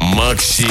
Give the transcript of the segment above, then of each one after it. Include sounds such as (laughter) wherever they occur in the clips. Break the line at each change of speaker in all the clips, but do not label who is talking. Макси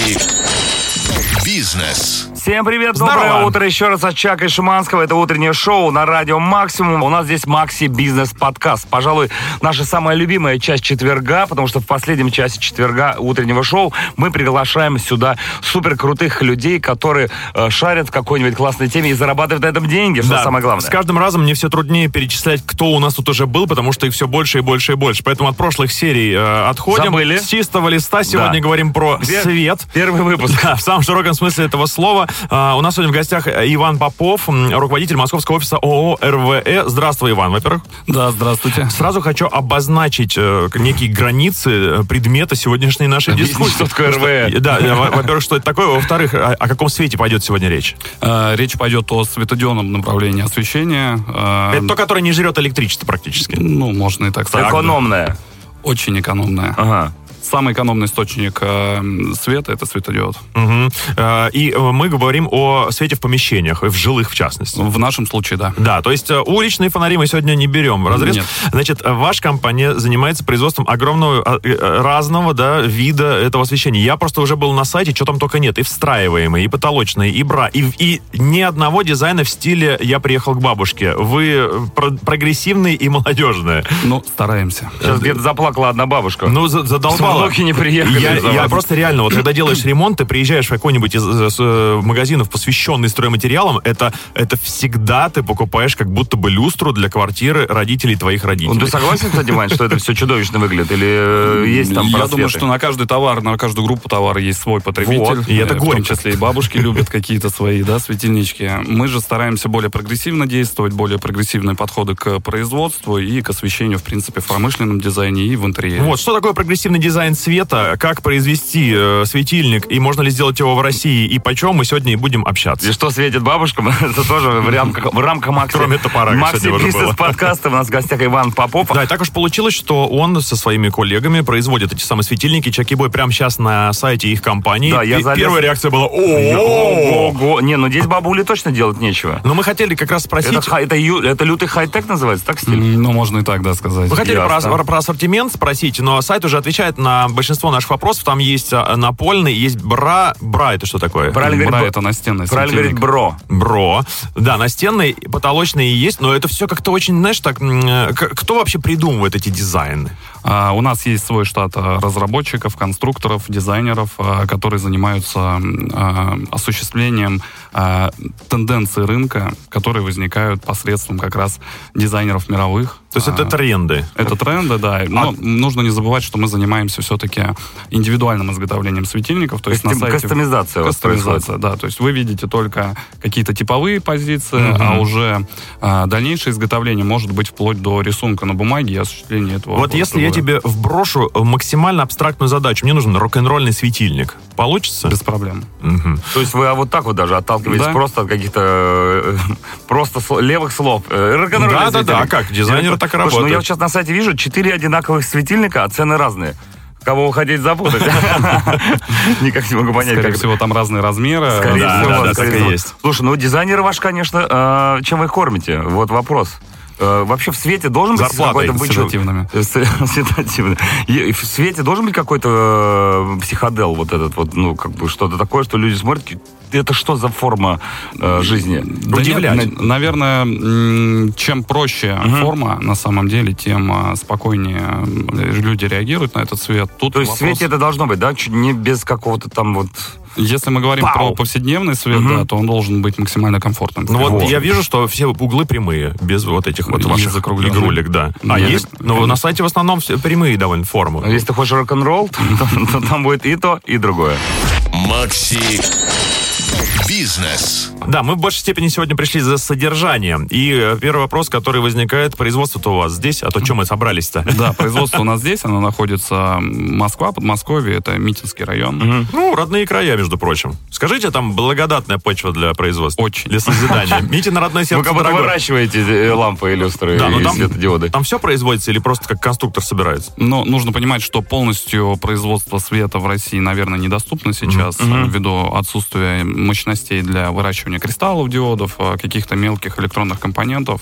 Бизнес.
Всем привет, доброе
Здорово.
утро. Еще раз от Чака и Шуманского. Это утреннее шоу на радио Максимум. У нас здесь Макси Бизнес Подкаст. Пожалуй, наша самая любимая часть четверга, потому что в последнем часе четверга утреннего шоу мы приглашаем сюда супер крутых людей, которые э, шарят в какой-нибудь классной теме и зарабатывают на этом деньги, что
Да.
самое главное.
С каждым разом мне все труднее перечислять, кто у нас тут уже был, потому что их все больше и больше и больше. Поэтому от прошлых серий э, отходим.
Забыли.
С чистого листа сегодня
Да.
говорим про
Где-
свет. (laughs)
Первый выпуск.
Да, в самом широком смысле этого слова. А, у нас сегодня в гостях Иван Попов, м, руководитель московского офиса ООО РВЭ. Здравствуй, Иван, во-первых.
Да, здравствуйте.
Сразу хочу обозначить э, некие границы э, предмета сегодняшней нашей дискуссии.
что такое РВЭ.
Да, э, во- во-первых, что это такое, во-вторых, о, о каком свете пойдет сегодня речь?
Э, Речь пойдет о светодионном направлении освещения.
А,
Э,
ну.
Это то, которое не жрет электричество практически.
Ну, можно и так сказать.
Экономная.
Очень экономное.
А.
Ага.
Самый экономный источник э, света — это светодиод.
Мгм. Э, И э, мы говорим о свете в помещениях, в жилых в частности.
В нашем случае, да.
Да, то есть э, уличные фонари мы сегодня не берем в разрез.
Нет.
Значит, э, ваша компания занимается производством огромного, э, э, разного да, вида этого освещения. Я просто уже был на сайте, что там только нет. И встраиваемые, и потолочные, и бра, и, в- и ни одного дизайна в стиле «я приехал к бабушке». Вы э, про- прогрессивные и молодежные.
Ну, стараемся.
Сейчас где-то заплакала одна бабушка.
Ну, за- задолбало.
Самолоки не приехали
Я,
за
я
вас.
просто реально, вот когда делаешь ремонт, ты приезжаешь в какой-нибудь из, э, с, э, магазинов, посвященный стройматериалам, это, это всегда ты покупаешь как будто бы люстру для квартиры родителей твоих родителей.
Ну, Ты согласен, кстати, Вань, что это все чудовищно выглядит? Или э, есть там
Я
просветы?
думаю, что на каждый товар, на каждую группу товара есть свой потребитель.
Вот, и это
Э, В
горько.
том числе
(laughs)
и бабушки любят какие-то свои, да, светильнички. Мы же стараемся более прогрессивно действовать, более прогрессивные подходы к производству и к освещению, в принципе, в промышленном дизайне и в интерьере.
Вот, что такое прогрессивный дизайн света, как произвести э, светильник, и можно ли сделать его в России, и почем, мы сегодня и будем
И
общаться.
что светит бабушкам, (laughs) это тоже в рамках, в рамках Макси.
Кроме топора,
Макси
кстати, уже было.
Бизнес подкаста. У нас в гостях Иван Попов.
Да, и так уж получилось, что он со своими коллегами производит эти самые светильники. Чаки Бой прямо сейчас на сайте их компании.
Да, я
Пе-
залез.
Первая реакция была о
Ого-го. Не, ну здесь бабуле точно делать нечего.
Но мы хотели как раз спросить...
Это, хай- это, ю- это лютый хай-тек называется, так стиль?
М, Ну, можно и так, да, сказать.
Вы хотели про,
Ясно.
ас- про ассортимент спросить, но сайт уже отвечает на большинство наших вопросов. Там есть а, напольный, есть бра. Бра это что такое?
Правильно говорит,
Бра
б-
это настенный
правильно
светильник.
говорит бро.
Бро. Да, настенные, потолочные есть, но это все как-то очень, знаешь, так... м, э, к- Кто вообще придумывает эти дизайны?
А, У нас есть свой штат а, разработчиков, конструкторов, дизайнеров, а, которые занимаются м, а, осуществлением а, тенденций рынка, которые возникают посредством как раз дизайнеров мировых.
То есть
А,
это А тренды.
это тренды, да. Но нужно не забывать, что мы занимаемся все-таки индивидуальным изготовлением светильников. То есть на
Кастом-
сайте...
кастомизация у вас
Кастомизация, да. То есть вы видите только какие-то типовые позиции, а уже а, дальнейшее изготовление может быть вплоть до рисунка на бумаге и осуществления этого.
Вот если я
бывает.
тебе вброшу максимально абстрактную задачу, мне нужен рок-н-ролльный светильник. Получится?
Без проблем.
Мгм.
То есть вы а, вот так вот даже отталкиваетесь
Да.
просто от каких-то э, просто сло- левых слов. Э, рок-н-ролльный
Да-да-да,
светильник.
а как? Дизайнеры так и
Слушай, ну
работают.
я вот сейчас на сайте вижу четыре одинаковых светильника, а цены разные. Кого вы хотите запутать? (laughs) Никак не могу понять,
Скорее
как это.
всего, там разные размеры.
Скорее
Да,
всего,
да,
скорее
да, так и
всего.
есть.
Слушай, ну дизайнеры ваш, конечно, э, чем вы их кормите? Вот вопрос. Э, Вообще в свете должен быть
Зарплатой
какой-то вычу-
седативными.
Э, с- (laughs) седативный. И В свете должен быть какой-то э, психодел вот этот вот, ну, как бы что-то такое, что люди смотрят, ки- это что за форма э, жизни?
Да нет,
Удивлять.
на- наверное, м, чем проще форма, на самом деле, тем а, спокойнее м, люди реагируют на этот цвет. Тут
То есть в
вопрос-
свете это должно быть, да? Чуть не без какого-то там вот...
Если мы говорим
Пау!
про повседневный свет, да, то он должен быть максимально комфортным.
Ну вот,
Вот.
я вижу, что все углы прямые, без вот этих вот
И
ваших
закруглённые.
игрулек, да. А
Нет.
есть? Ну, на сайте в основном все прямые довольно формы.
Если ты хочешь рок-н-ролл, (laughs) то- то там будет и то, и другое.
Макси Бизнес.
Да, мы в большей степени сегодня пришли за содержанием. И э, первый вопрос, который возникает, производство-то у вас здесь, а то чем мы (laughs) собрались-то?
Да, производство у нас здесь, оно находится м, Москва, Подмосковье, это Митинский район.
Ну, родные края, между прочим. Скажите, там благодатная почва для производства.
Очень.
Для (laughs) созидания. Митин родной
Вы
сердце
как будто
дорогой.
выращиваете э, лампы и люстры,
Да, ну
и
там-
светодиоды.
Там все производится или просто как конструктор собирается?
Но нужно понимать, что полностью производство света в России, наверное, недоступно сейчас э, ввиду отсутствия мощностей запчастей для выращивания кристаллов диодов, э, каких-то мелких электронных компонентов.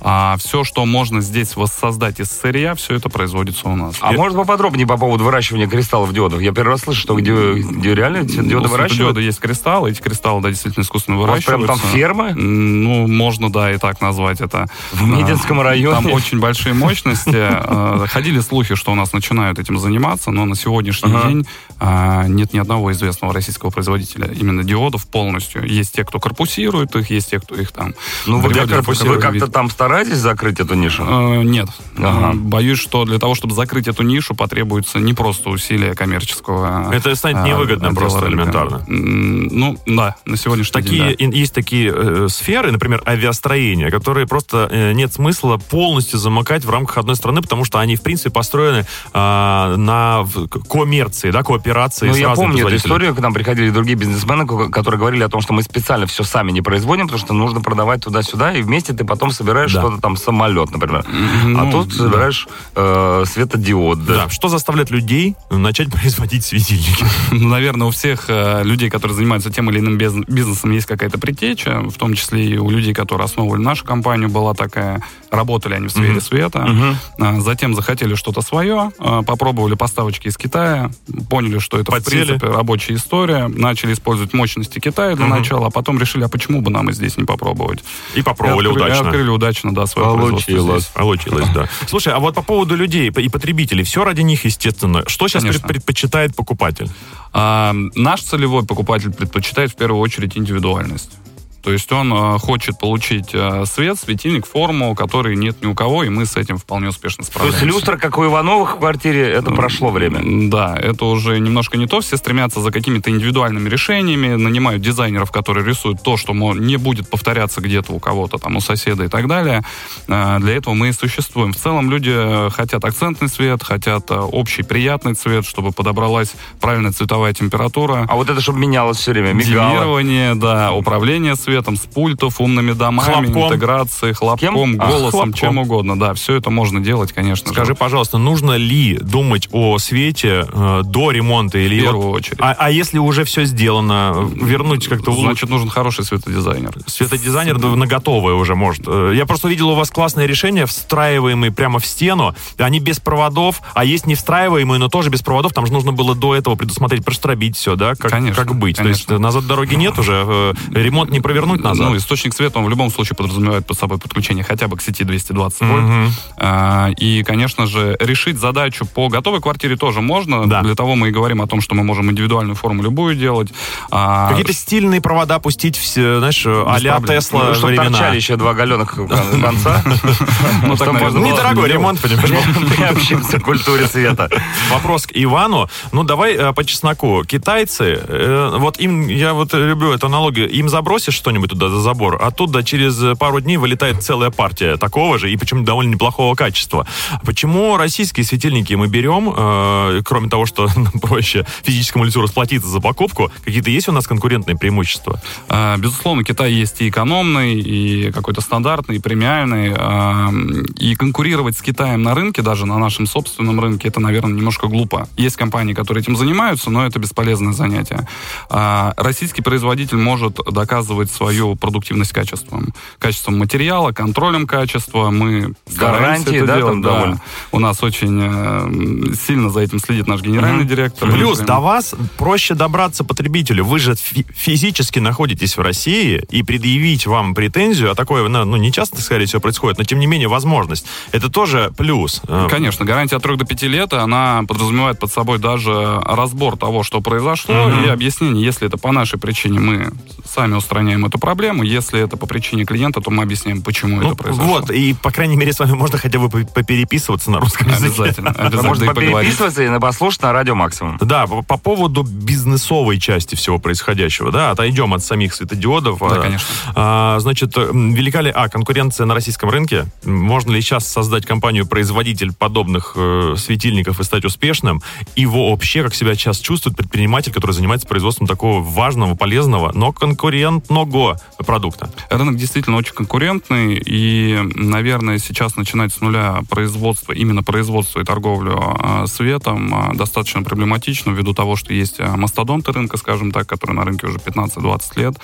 А все, что можно здесь воссоздать из сырья, все это производится у нас.
А может поподробнее по поводу выращивания кристаллов диодов? Я первый раз слышу, что где, где реально эти
У
диоды выращивают.
светодиода есть кристаллы, эти кристаллы, да, действительно искусственно
Вот прям
выращиваются.
там фермы
М, Ну, можно, да, и так назвать это. А,
в Мидинском районе.
Там очень большие мощности. Э, Ходили слухи, что у нас начинают этим заниматься, но на сегодняшний
Ага.
день э, нет ни одного известного российского производителя именно диодов полностью. Есть те, кто корпусирует их, есть те, кто их там...
ну, вы,
приводит
как-то-
в какой-то
вы как-то
вид.
там стараетесь закрыть эту нишу?
Э, Нет.
Ага.
Э, Боюсь, что для того, чтобы закрыть эту нишу, потребуется не просто усилия коммерческого... э,
Это станет
э,
невыгодно
отдела
просто
рынка.
элементарно.
М, Ну, да, на сегодняшний день,
Такие,
да.
и- Есть такие э, сферы, например, авиастроение, которые просто э, нет смысла полностью замыкать в рамках одной страны, потому что они, в принципе, построены а, на в- к- коммерции, да, кооперации
Ну,
с
я
разными
помню эту
производителями.
историю, к нам приходили другие бизнесмены, ко- которые говорили о том, что мы специально все сами не производим, потому что нужно продавать туда-сюда, и вместе ты потом собираешь
Да.
что-то там, самолет, например. а
Ну,
тут
да.
собираешь э, светодиод.
Да, что заставляет людей начать производить
(laughs)
светильники?
Ну, наверное, у всех э, людей, которые занимаются тем или иным без- бизнесом, есть какая-то притеча, в том числе и у людей, которые основывали нашу компанию, была такая, работали они в сфере света, А, затем захотели что-то свое, а, попробовали поставочки из Китая, поняли, что это,
Подсели.
в принципе, рабочая история, начали использовать мощности Китая для начала, а потом решили, а почему бы нам и здесь не попробовать.
И
И
попробовали
откры- и
удачно.
Открыли удачно, да, свое производство здесь.
Получилось.
Получилось,
(laughs)
да. Слушай, а вот по поводу людей и потребителей, все ради них, естественно. Что сейчас
Конечно.
пред- предпочитает покупатель?
А, наш целевой покупатель предпочитает в первую очередь индивидуальность. То есть он э, хочет получить э, свет, светильник, форму, которой нет ни у кого, и мы с этим вполне успешно
То
справляемся.
есть люстра, как у Ивановых в квартире,
Ну,
это прошло время.
М, Да, это уже немножко не то. Все стремятся за какими-то индивидуальными решениями, нанимают дизайнеров, которые рисуют то, что мо- не будет повторяться где-то у кого-то, там, у соседа и так далее. Э, Для этого мы и существуем. В целом люди э, хотят акцентный цвет, хотят э, общий приятный цвет, чтобы подобралась правильная цветовая температура.
А вот это, чтобы менялось все время, мигало.
Димирование, да, управление светом с пультов, умными домами,
Хлопком.
интеграцией, хлопком,
Кем? А,
голосом,
хлопком.
чем угодно. Да, все это можно делать, конечно.
Скажи,
же,
пожалуйста, нужно ли думать о свете э, до ремонта или
в
вот-
первую очередь.
А, а если уже все сделано, вернуть как-то улучшить?
Значит, нужен хороший светодизайнер.
Светодизайнер да, на готовое уже может. Э, Я просто видел у вас классное решение, встраиваемые прямо в стену. Они без проводов, а есть не встраиваемые, но тоже без проводов. Там же нужно было до этого предусмотреть, проштробить все, да? Как,
Конечно,
как быть? То
конечно.
есть э, назад дороги нет уже, э, ремонт не провернуть назад.
Ну, источник света, он в любом случае подразумевает под собой подключение хотя бы к сети 220 вольт.
Мгм.
А, И, конечно же, решить задачу по готовой квартире тоже можно.
Да.
Для того мы и говорим о том, что мы можем индивидуальную форму любую делать. А,
Какие-то стильные провода пустить, в се- знаешь, э, а-ля
проблем.
Тесла
чтобы
времена.
торчали еще два
(laughs)
галеных конца.
Ну, так,
Что
наверное,
можно было
Недорогой ремонт, понимаешь?
Приобщимся к культуре света.
Вопрос к Ивану. Ну, давай э, по чесноку. Китайцы, э, вот им, я вот люблю эту аналогию, им забросишь что-нибудь туда за забор, оттуда через э, пару дней вылетает целая партия такого же, и причем довольно неплохого качества. Почему российские светильники мы берем, э, кроме того, что (laughs) нам проще физическому лицу расплатиться за покупку, какие-то есть у нас конкурентные преимущества?
А, Безусловно, Китай есть и экономный, и какой-то стандартный, и премиальный. А, И конкурировать с Китаем на рынке, даже на нашем собственном рынке, это, наверное, немножко глупо. Есть компании, которые этим занимаются, но это бесполезное занятие. А, Российский производитель может доказывать свою продуктивность качеством. Качеством материала, контролем качества. Мы стараемся
Гарантии,
это
да,
делать.
там
да.
довольно?
У нас очень э, сильно за этим следит наш генеральный директор.
Плюс
Прям-
до вас проще добраться потребителю. Вы же фи- физически находитесь в России, и предъявить вам претензию, а такое, ну, ну, не часто, скорее всего, происходит, но тем не менее возможность. Это тоже плюс. Э,
Конечно, гарантия от 3 до 5 лет, и она подразумевает под собой даже разбор того, что произошло, и объяснение, если это по нашей причине, мы сами устраняем эту проблему, если это по причине клиента, то мы объясняем, почему
ну,
это произошло.
вот, и, по крайней мере, с вами можно хотя бы по- попереписываться на русском языке. (laughs)
Обязательно, обязательно
Можно
и поговорить.
попереписываться и послушать на радио максимум.
Да, по, по поводу бизнесовой части всего происходящего, да, отойдем от самих светодиодов.
Да,
А,
конечно.
а, значит, м, велика ли, а, конкуренция на российском рынке? М, Можно ли сейчас создать компанию-производитель подобных э, светильников и стать успешным? И вообще, как себя сейчас чувствует предприниматель, который занимается производством такого важного, полезного, но конкурентного своего продукта?
Рынок действительно очень конкурентный, и, наверное, сейчас начинать с нуля производство, именно производство и торговлю а, светом а, достаточно проблематично, ввиду того, что есть а, мастодонты рынка, скажем так, которые на рынке уже 15-20 лет.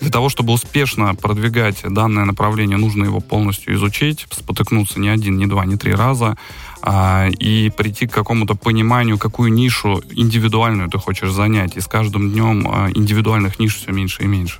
Для того, чтобы успешно продвигать данное направление, нужно его полностью изучить, спотыкнуться не один, не два, не три раза, а, и прийти к какому-то пониманию, какую нишу индивидуальную ты хочешь занять. И с каждым днем а, индивидуальных ниш все меньше и меньше.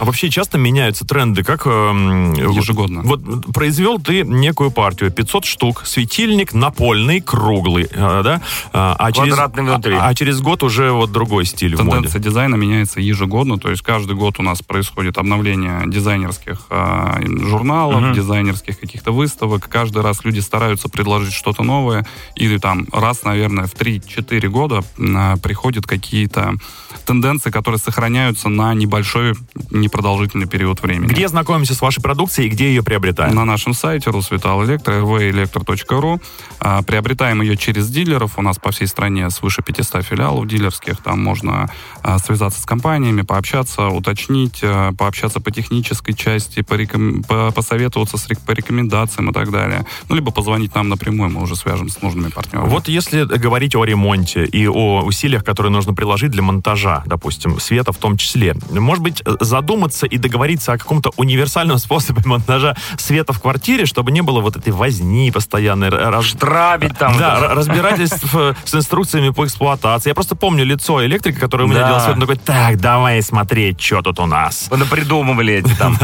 А вообще часто меняются тренды, как... эм,
Ежегодно.
Вот вот произвел ты некую партию, 500 штук, светильник напольный, круглый, э, да? А а через,
Квадратный внутри.
А, а через год уже вот другой стиль в моде.
Тенденция дизайна меняется ежегодно, то есть каждый год у нас происходит обновление дизайнерских а, журналов,
Мгм.
дизайнерских каких-то выставок. Каждый раз люди стараются предложить что-то новое, или там раз, наверное, в 3-4 года а, приходят какие-то тенденции, которые сохраняются на небольшой, непродолжительный период времени.
Где знакомимся с вашей продукцией и где ее приобретаем?
На нашем сайте Русвитал Электро, rveelektro.ru. А, Приобретаем ее через дилеров. У нас по всей стране свыше 500 филиалов дилерских. Там можно а, связаться с компаниями, пообщаться, уточнить, а, пообщаться по технической части, пореком- по- посоветоваться с рек- по рекомендациям и так далее. Ну, либо позвонить нам напрямую, мы уже свяжем с нужными партнерами.
Вот если говорить о ремонте и о усилиях, которые нужно приложить для монтажа, допустим, света в том числе, может быть, э, задуматься и договориться о каком-то универсальном (laughs) способе монтажа света в квартире, чтобы не было вот этой возни постоянной, р- раз-
Штрафить там.
да,
вот это.
р- разбирательств э, с инструкциями по эксплуатации. Я просто помню лицо электрика, который у меня
Да.
делал свет, он такой, так, давай смотреть, что тут у нас.
Вы напридумывали эти
(laughs)
там.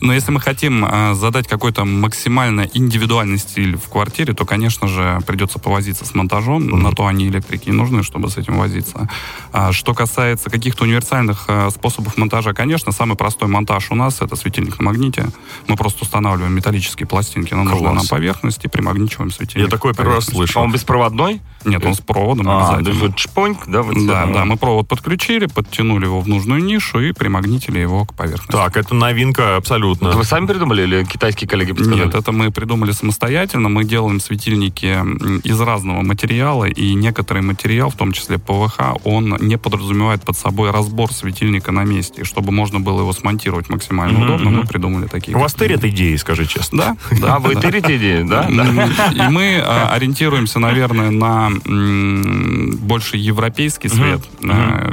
Но если мы хотим а, задать какой-то максимально индивидуальный стиль в квартире, то, конечно же, придется повозиться с монтажом. На то они электрики и нужны, чтобы с этим возиться. А, Что касается каких-то универсальных а, способов монтажа, конечно, самый простой монтаж у нас это светильник на магните. Мы просто устанавливаем металлические пластинки на нужную
Класс.
нам поверхность и примагничиваем светильник.
Я такой
к
первый раз
поверхности.
слышал.
Он беспроводной?
Нет, он с проводом
А, да,
обязательно.
вот шпоньк, да? вот
Да,
это.
да, мы провод подключили, подтянули его в нужную нишу и примагнитили его к поверхности.
Так, это новинка абсолютно.
Это Вы сами придумали или китайские коллеги подсказали?
Нет, это мы придумали самостоятельно. Мы делаем светильники м, из разного материала, и некоторый материал, в том числе ПВХ, он не подразумевает под собой разбор светильника на месте. И чтобы можно было его смонтировать максимально
Мгм,
удобно,
мгм.
мы придумали такие.
У вас
картины.
тырят идеи, скажи честно.
Да, да.
А вы
(laughs) да.
тырите идеи, да?
М, И мы э, ориентируемся, наверное, на м, больше европейский свет, э, м,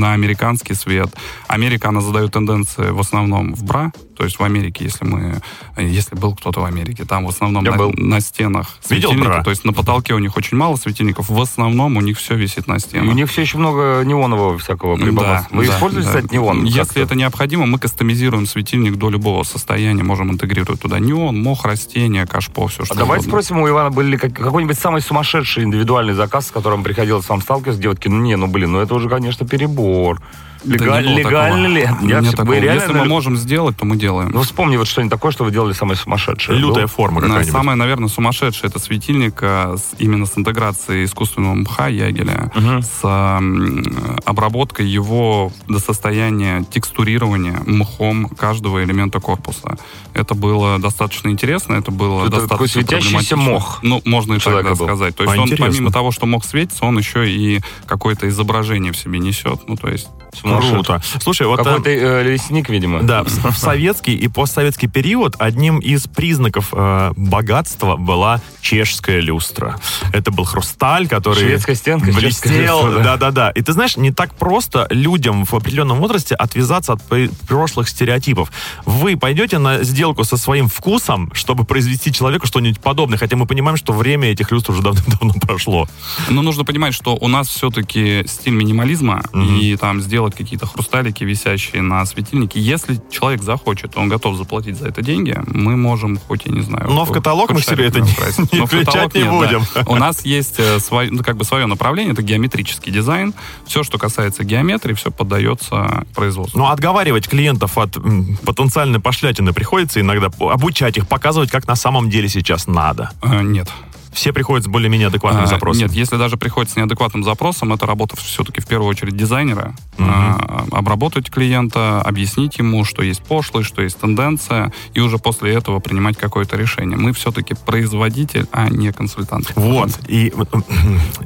на американский свет. Америка, она задает тенденции в основном в бра, то есть в Америке, если мы, э, если был кто-то в Америке, там в основном
Я
на,
был.
на стенах
Видел
светильники,
бра?
то есть на потолке у них очень мало светильников, в основном у них все висит на
У
стенах.
них все еще много неонового всякого прибавилось.
Да,
Вы
да,
используете,
да.
кстати, неон?
Если
как-то?
это необходимо, мы кастомизируем светильник до любого состояния, можем интегрировать туда неон, мох, растения, кашпо, все что
А давайте
угодно.
спросим у Ивана, были ли как- какой-нибудь самый сумасшедший индивидуальный заказ, с которым приходилось вам сталкиваться, девочки, ну не, ну блин, ну это уже, конечно, перебор.
Да
Легаль-
не было
легально
такого.
ли? это? Я
Нет
все- вы
такого.
реально
Если мы
на-
можем сделать, то мы делаем.
Ну вспомни вот что-нибудь такое, что вы делали самое сумасшедшее.
Лютая
Ну,
форма
На-
какая-нибудь.
Самое, наверное, сумасшедшее это светильник э, с- именно с интеграцией искусственного мха ягеля, с э, м, обработкой его до состояния текстурирования мхом каждого элемента корпуса. Это было достаточно интересно, это было
Это
достаточно
такой светящийся
проблематично.
мох.
Ну, можно и так
Человека
да,
был.
сказать. То
А,
есть он,
интересно.
помимо того, что мох светится, он еще и какое-то изображение в себе несет. Ну, то есть...
сумасшедшее.
Круто. Слушай, вот... э,
Какой-то э, лесник, видимо.
Да, в в советский и постсоветский период одним из признаков э, богатства была чешская люстра. Это был хрусталь, который
Шведская стенка, чешская
блестел.
люстра, да.
Да-да-да. И ты знаешь, не так просто людям в определенном возрасте отвязаться от пе- прошлых стереотипов. Вы пойдете на сделку со своим вкусом, чтобы произвести человеку что-нибудь подобное, хотя мы понимаем, что время этих люстр уже (laughs) давно-давно прошло.
Но нужно понимать, что у нас все-таки стиль минимализма,
Мгм.
и там сделать какие-то хрусталики, висящие на светильнике. Если человек захочет, он готов заплатить за это деньги, мы можем, хоть я не знаю...
Но в каталог мы
хрусталик
себе это (laughs)
накрасить.
не
Но в каталог
включать не
нет, да.
будем.
У нас есть э, свой- ну, как бы свое направление, это геометрический дизайн. Все, что касается геометрии, все поддается производству.
Но отговаривать клиентов от м, потенциальной пошлятины приходится иногда, п- обучать их, показывать, как на самом деле сейчас надо.
Э, Нет.
все приходят с более-менее адекватным
А,
запросом.
Нет, если даже приходит с неадекватным запросом, это работа все-таки в первую очередь дизайнера.
Мгм.
А, обработать клиента, объяснить ему, что есть пошлость, что есть тенденция, и уже после этого принимать какое-то решение. Мы все-таки производитель, а не консультант.
Вот. И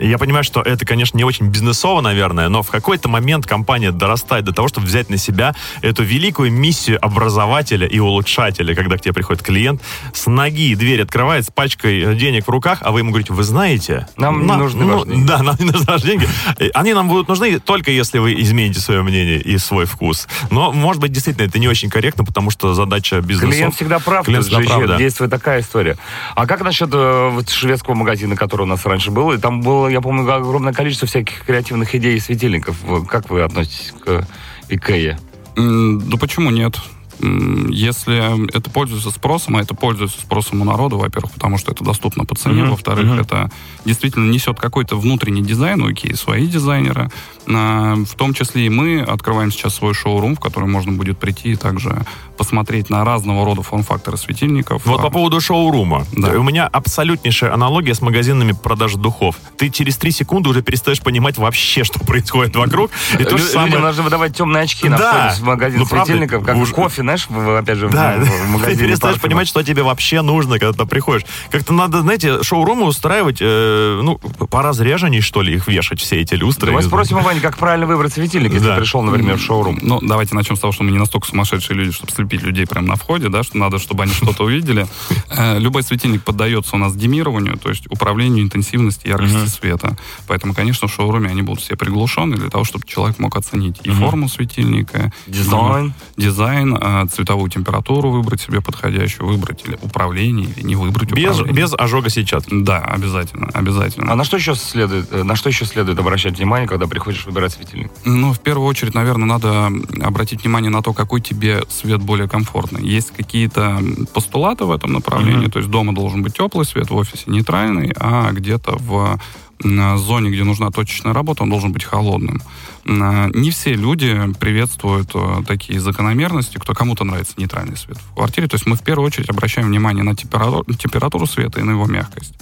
я понимаю, что это, конечно, не очень бизнесово, наверное, но в какой-то момент компания дорастает до того, чтобы взять на себя эту великую миссию образователя и улучшателя, когда к тебе приходит клиент, с ноги дверь открывает с пачкой денег в руках, а вы ему говорите, вы знаете?
Нам не нужны
ну,
ваши деньги».
Да, нам не нужны ваши деньги. Э, Они нам будут нужны только если вы измените свое мнение и свой вкус. Но, может быть, действительно, это не очень корректно, потому что задача бизнеса...
Клиент всегда прав,
Клиент
тут же
всегда прав,
еще
да.
действует такая история. А как насчет э, вот шведского магазина, который у нас раньше был? И там было, я помню, огромное количество всяких креативных идей и светильников. Вы- Как вы относитесь к э, Икее?
М, Да почему нет? М, Если это пользуется спросом, а это пользуется спросом у народа, во-первых, потому что это доступно по цене,
Мгм,
во-вторых,
мгм.
это действительно несет какой-то внутренний дизайн, у Икеи свои дизайнеры, А, в том числе и мы открываем сейчас свой шоурум, в который можно будет прийти и также посмотреть на разного рода форм-факторы светильников.
Вот
А,
по поводу шоурума.
Да.
У меня абсолютнейшая аналогия с магазинами продаж духов. Ты через 3 секунды уже перестаешь понимать вообще, что происходит вокруг. И то же
Лю- Людям
самое...
нужно выдавать темные очки на
Да.
входе в магазин
Ну, правда,
светильников, как
уж-
кофе, знаешь, в- опять же, в-
Да,
в, в
ты
магазине.
перестаешь
парфюма.
понимать, что тебе вообще нужно, когда ты приходишь. Как-то надо, знаете, шоурумы устраивать, э, ну, по разреженней, что ли, их вешать, все эти люстры.
Давай
Не знаю.
спросим у Вани, как правильно выбрать светильник, если
Да.
ты пришел, например, в шоурум.
Ну, давайте начнем с того, что мы не настолько сумасшедшие люди, чтобы слепить людей прямо на входе, да, что надо, чтобы они что-то увидели. Э, Любой светильник поддается у нас демированию, то есть управлению интенсивности и яркости света. Поэтому, конечно, в шоуруме они будут все приглушены для того, чтобы человек мог оценить и форму светильника, и
Дизайн.
дизайн, э, цветовую температуру выбрать себе подходящую, выбрать или управление, или не выбрать
Без,
управление.
без ожога сетчатки.
Да, обязательно, обязательно.
А на что еще следует, э, на что еще следует обращать внимание, когда приходишь выбирать светильник?
Ну, в первую очередь, наверное, надо обратить внимание на то, какой тебе свет более комфортный. Есть какие-то постулаты в этом направлении, то есть дома должен быть теплый свет, в офисе нейтральный, а где-то в м, зоне, где нужна точечная работа, он должен быть холодным. М, Не все люди приветствуют э, такие закономерности, кто кому-то нравится нейтральный свет в квартире. То есть мы в первую очередь обращаем внимание на температуру, температуру света и на его мягкость.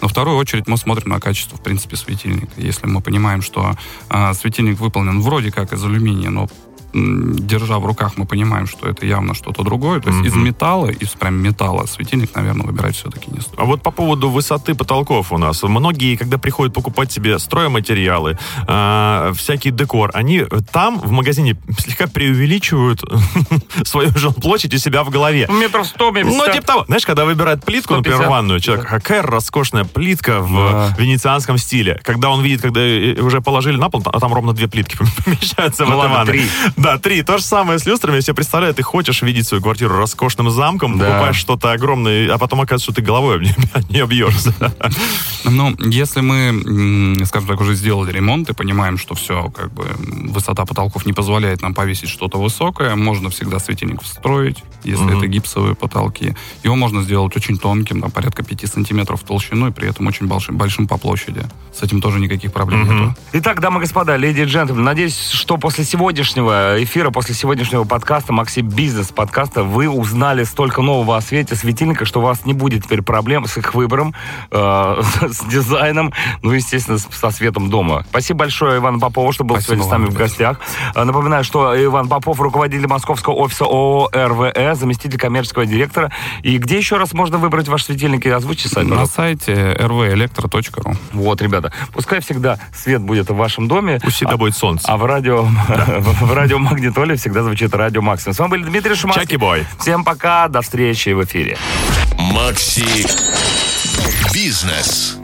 Но в вторую очередь мы смотрим на качество, в принципе, светильника. Если мы понимаем, что а, светильник выполнен вроде как из алюминия, но м, держа в руках, мы понимаем, что это явно что-то другое. То есть из
Мгм.
металла, из прям металла светильник, наверное, выбирать все-таки не стоит.
А вот по поводу высоты потолков у нас. Многие, когда приходят покупать себе стройматериалы, э, всякий декор, они там в магазине слегка преувеличивают (laughs) свою жилплощадь у себя в голове.
Метров сто,
Ну, типа того. Знаешь, когда выбирает плитку, например,
150.
ванную, человек, какая роскошная плитка в
Да.
венецианском стиле. Когда он видит, когда э, уже положили на пол, а там ровно две плитки (laughs) помещаются в
Ну,
этой
ладно,
ванной.
три.
Да, три. То же самое с люстрами. Я себе представляю, ты хочешь видеть свою квартиру роскошным замком,
Да.
покупаешь что-то огромное, а потом оказывается, что ты головой об (laughs) не- не обьешься.
Ну, если мы, м, скажем так, уже сделали ремонт и понимаем, что все, как бы, м, высота потолков не позволяет нам повесить что-то высокое, можно всегда светильник встроить, если
Мгм.
это гипсовые потолки. Его можно сделать очень тонким, там, порядка 5 сантиметров в толщину, и при этом очень большим, большим по площади. С этим тоже никаких проблем
Мгм.
нету.
Итак, дамы и господа, леди и джентльмены, надеюсь, что после сегодняшнего эфира, после сегодняшнего подкаста «Макси Бизнес» подкаста вы узнали столько нового о свете светильника, что у вас не будет теперь проблем с их выбором, э, (laughs) с дизайном, ну и, естественно, с- со светом дома. Спасибо большое Ивану Попову, что был
Спасибо
сегодня с нами
вам,
в гостях. Э, Напоминаю, что Иван Попов, руководитель московского офиса ООО «РВЭ», заместитель коммерческого директора. И где еще раз можно выбрать ваш светильник? И озвучьте сайт,
На
пожалуйста.
сайте rvelektro.ru.
Вот, ребята, пускай всегда свет будет в вашем доме.
Пусть всегда будет солнце.
А в радио, (laughs) в, радиомагнитоле всегда звучит радио Максимум. С вами были Дмитрий
а,
Шуманский.
Чаки-бой.
Всем пока, до встречи в эфире.
Макси Бизнес.